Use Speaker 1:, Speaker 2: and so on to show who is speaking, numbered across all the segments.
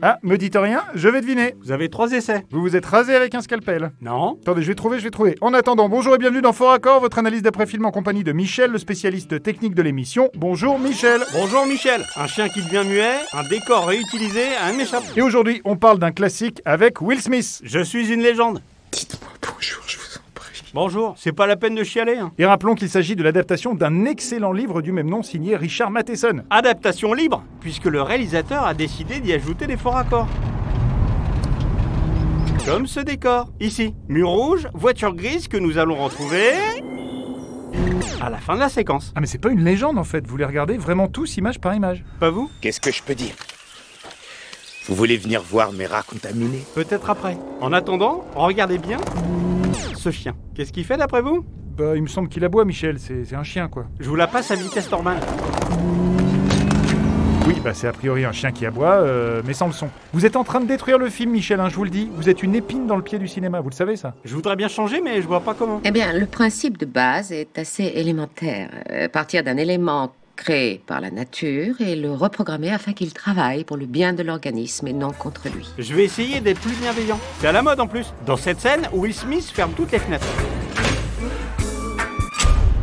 Speaker 1: Ah, me dites rien, je vais deviner.
Speaker 2: Vous avez trois essais.
Speaker 1: Vous vous êtes rasé avec un scalpel.
Speaker 2: Non
Speaker 1: Attendez, je vais trouver, je vais trouver. En attendant, bonjour et bienvenue dans Fort Accord, votre analyse d'après-film en compagnie de Michel, le spécialiste technique de l'émission. Bonjour Michel
Speaker 2: Bonjour Michel Un chien qui devient muet, un décor réutilisé, un échappe.
Speaker 1: Et aujourd'hui, on parle d'un classique avec Will Smith.
Speaker 2: Je suis une légende.
Speaker 3: Dites-moi bonjour, je vous en prie.
Speaker 2: Bonjour, c'est pas la peine de chialer. hein.
Speaker 1: Et rappelons qu'il s'agit de l'adaptation d'un excellent livre du même nom signé Richard Matheson.
Speaker 2: Adaptation libre, puisque le réalisateur a décidé d'y ajouter des forts accords. Comme ce décor, ici. Mur rouge, voiture grise que nous allons retrouver... À la fin de la séquence.
Speaker 1: Ah mais c'est pas une légende en fait, vous les regardez vraiment tous image par image.
Speaker 2: Pas vous
Speaker 3: Qu'est-ce que je peux dire Vous voulez venir voir mes rats contaminés
Speaker 2: Peut-être après. En attendant, regardez bien ce chien. Qu'est-ce qu'il fait d'après vous
Speaker 1: Bah il me semble qu'il aboie Michel, c'est c'est un chien quoi.
Speaker 2: Je vous la passe à vitesse normale.
Speaker 1: Oui, bah c'est a priori un chien qui aboie, euh, mais sans le son. Vous êtes en train de détruire le film Michel, hein, je vous le dis. Vous êtes une épine dans le pied du cinéma, vous le savez ça
Speaker 2: Je voudrais bien changer, mais je vois pas comment.
Speaker 4: Eh bien, le principe de base est assez élémentaire. Euh, Partir d'un élément créé par la nature et le reprogrammer afin qu'il travaille pour le bien de l'organisme et non contre lui.
Speaker 2: Je vais essayer d'être plus bienveillant. C'est à la mode en plus. Dans cette scène, Will Smith ferme toutes les fenêtres.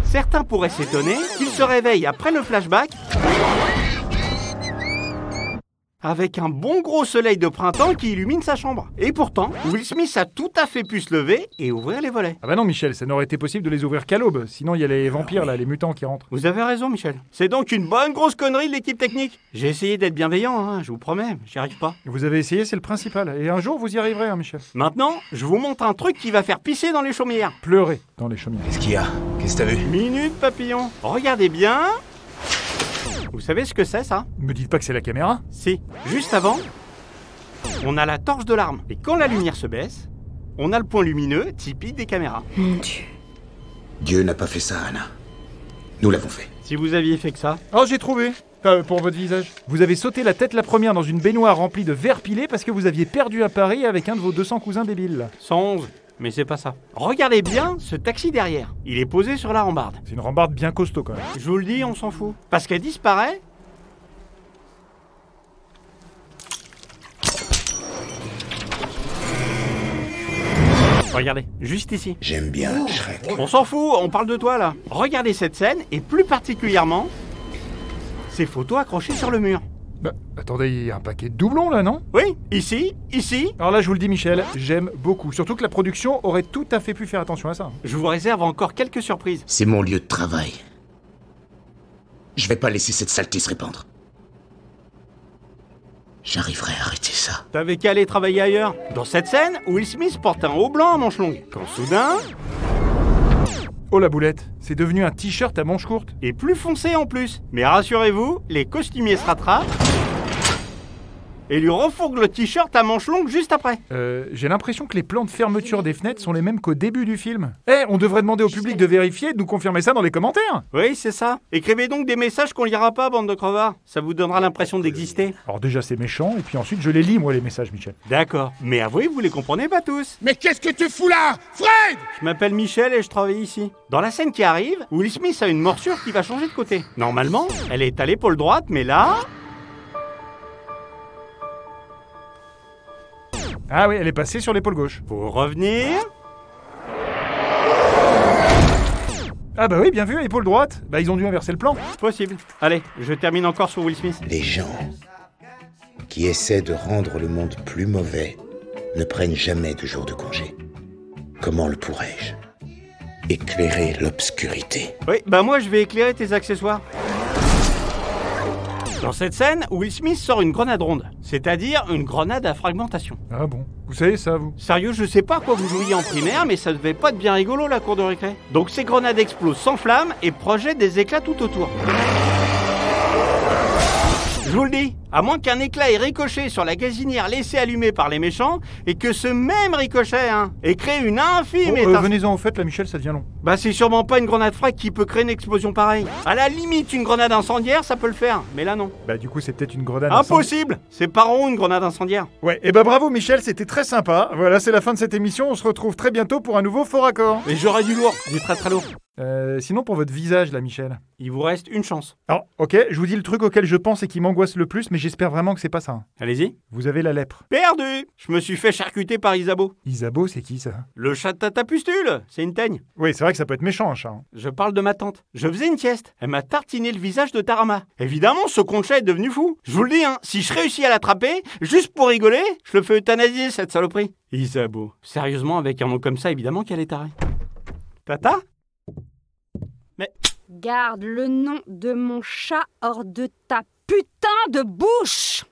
Speaker 2: Certains pourraient s'étonner qu'il se réveille après le flashback avec un bon gros soleil de printemps qui illumine sa chambre. Et pourtant, Will Smith a tout à fait pu se lever et ouvrir les volets.
Speaker 1: Ah bah non Michel, ça n'aurait été possible de les ouvrir qu'à l'aube, sinon il y a les vampires là, les mutants qui rentrent.
Speaker 2: Vous avez raison, Michel. C'est donc une bonne grosse connerie de l'équipe technique. J'ai essayé d'être bienveillant, hein, je vous promets, j'y arrive pas.
Speaker 1: Vous avez essayé, c'est le principal. Et un jour vous y arriverez, hein, Michel.
Speaker 2: Maintenant, je vous montre un truc qui va faire pisser dans les chaumières.
Speaker 1: Pleurer dans les chaumières.
Speaker 3: Qu'est-ce qu'il y a Qu'est-ce que t'as vu
Speaker 2: Minute papillon. Regardez bien. Vous savez ce que c'est ça
Speaker 1: Me dites pas que c'est la caméra.
Speaker 2: Si, juste avant, on a la torche de l'arme. Et quand la lumière se baisse, on a le point lumineux typique des caméras.
Speaker 4: Mon Dieu.
Speaker 3: Dieu n'a pas fait ça, Anna. Nous l'avons fait.
Speaker 2: Si vous aviez fait que ça,
Speaker 1: Oh j'ai trouvé Euh, Pour votre visage. Vous avez sauté la tête la première dans une baignoire remplie de verre pilé parce que vous aviez perdu à Paris avec un de vos 200 cousins débiles. là.
Speaker 2: 111, mais c'est pas ça. Regardez bien ce taxi derrière. Il est posé sur la rambarde.
Speaker 1: C'est une rambarde bien costaud quand même.
Speaker 2: Je vous le dis, on s'en fout. Parce qu'elle disparaît. Regardez, juste ici.
Speaker 3: J'aime bien Shrek.
Speaker 2: On s'en fout, on parle de toi là. Regardez cette scène et plus particulièrement ces photos accrochées sur le mur.
Speaker 1: Bah attendez, il y a un paquet de doublons là, non
Speaker 2: Oui, ici, ici.
Speaker 1: Alors là, je vous le dis, Michel, j'aime beaucoup. Surtout que la production aurait tout à fait pu faire attention à ça.
Speaker 2: Je vous réserve encore quelques surprises.
Speaker 3: C'est mon lieu de travail. Je vais pas laisser cette saleté se répandre. J'arriverai à arrêter ça.
Speaker 2: T'avais qu'à aller travailler ailleurs. Dans cette scène, Will Smith porte un haut blanc à manches longues. Quand soudain,
Speaker 1: Oh la boulette, c'est devenu un t-shirt à manches courtes.
Speaker 2: et plus foncé en plus. Mais rassurez-vous, les costumiers se rattrapent et lui refourguent le t-shirt à manches longues juste après.
Speaker 1: Euh, j'ai l'impression que les plans de fermeture des fenêtres sont les mêmes qu'au début du film. Eh, on devrait demander au public de vérifier et de nous confirmer ça dans les commentaires.
Speaker 2: Oui, c'est ça. Écrivez donc des messages qu'on lira pas, bande de crevards. Ça vous donnera l'impression d'exister.
Speaker 1: Alors déjà, c'est méchant, et puis ensuite, je les lis, moi, les messages, Michel.
Speaker 2: D'accord. Mais avouez, vous les comprenez pas tous.
Speaker 5: Mais qu'est-ce que tu fous là Fred
Speaker 2: Je m'appelle Michel et je travaille ici. Dans la scène qui arrive, Will Smith a une morsure qui va changer de côté. Normalement, elle est à l'épaule droite, mais là,
Speaker 1: Ah oui, elle est passée sur l'épaule gauche.
Speaker 2: faut revenir.
Speaker 1: Ah bah oui, bien vu, épaule droite. Bah ils ont dû inverser le plan.
Speaker 2: Possible. Allez, je termine encore sur Will Smith.
Speaker 3: Les gens qui essaient de rendre le monde plus mauvais ne prennent jamais de jour de congé. Comment le pourrais-je Éclairer l'obscurité.
Speaker 2: Oui, bah moi je vais éclairer tes accessoires. Dans cette scène, Will Smith sort une grenade ronde, c'est-à-dire une grenade à fragmentation.
Speaker 1: Ah bon Vous savez ça, vous
Speaker 2: Sérieux, je sais pas à quoi vous jouiez en primaire, mais ça devait pas être bien rigolo la cour de récré. Donc ces grenades explosent sans flamme et projettent des éclats tout autour. Je vous le dis, à moins qu'un éclat ait ricoché sur la gazinière laissée allumée par les méchants, et que ce même ricochet, hein, ait créé une infime
Speaker 1: Bon, euh,
Speaker 2: étincelle-
Speaker 1: Venez-en au fait, la Michel, ça devient long.
Speaker 2: Bah c'est sûrement pas une grenade frappe qui peut créer une explosion pareille. À la limite, une grenade incendiaire, ça peut le faire, mais là non.
Speaker 1: Bah du coup c'est peut-être une
Speaker 2: Ah,
Speaker 1: grenade. incendie-
Speaker 2: Impossible C'est pas rond une grenade incendiaire.
Speaker 1: Ouais, et bah bravo Michel, c'était très sympa. Voilà, c'est la fin de cette émission, on se retrouve très bientôt pour un nouveau fort accord.
Speaker 2: Mais j'aurais du lourd, du très très lourd.
Speaker 1: Euh, sinon pour votre visage là Michel.
Speaker 2: Il vous reste une chance.
Speaker 1: Alors, ok, je vous dis le truc auquel je pense et qui m'angoisse le plus, mais j'espère vraiment que c'est pas ça.
Speaker 2: Allez-y.
Speaker 1: Vous avez la lèpre.
Speaker 2: Perdu Je me suis fait charcuter par Isabeau.
Speaker 1: Isabeau, c'est qui ça
Speaker 2: Le chat de ta tapustule C'est une teigne.
Speaker 1: Oui, c'est vrai que ça peut être méchant un chat. hein.
Speaker 2: Je parle de ma tante. Je faisais une sieste. Elle m'a tartiné le visage de Tarama. Évidemment, ce concha est devenu fou. Je vous le dis, hein, si je réussis à l'attraper, juste pour rigoler, je le fais euthanasier, cette saloperie. Isabeau. Sérieusement, avec un nom comme ça, évidemment qu'elle est tarée. Tata
Speaker 6: Garde le nom de mon chat hors de ta putain de bouche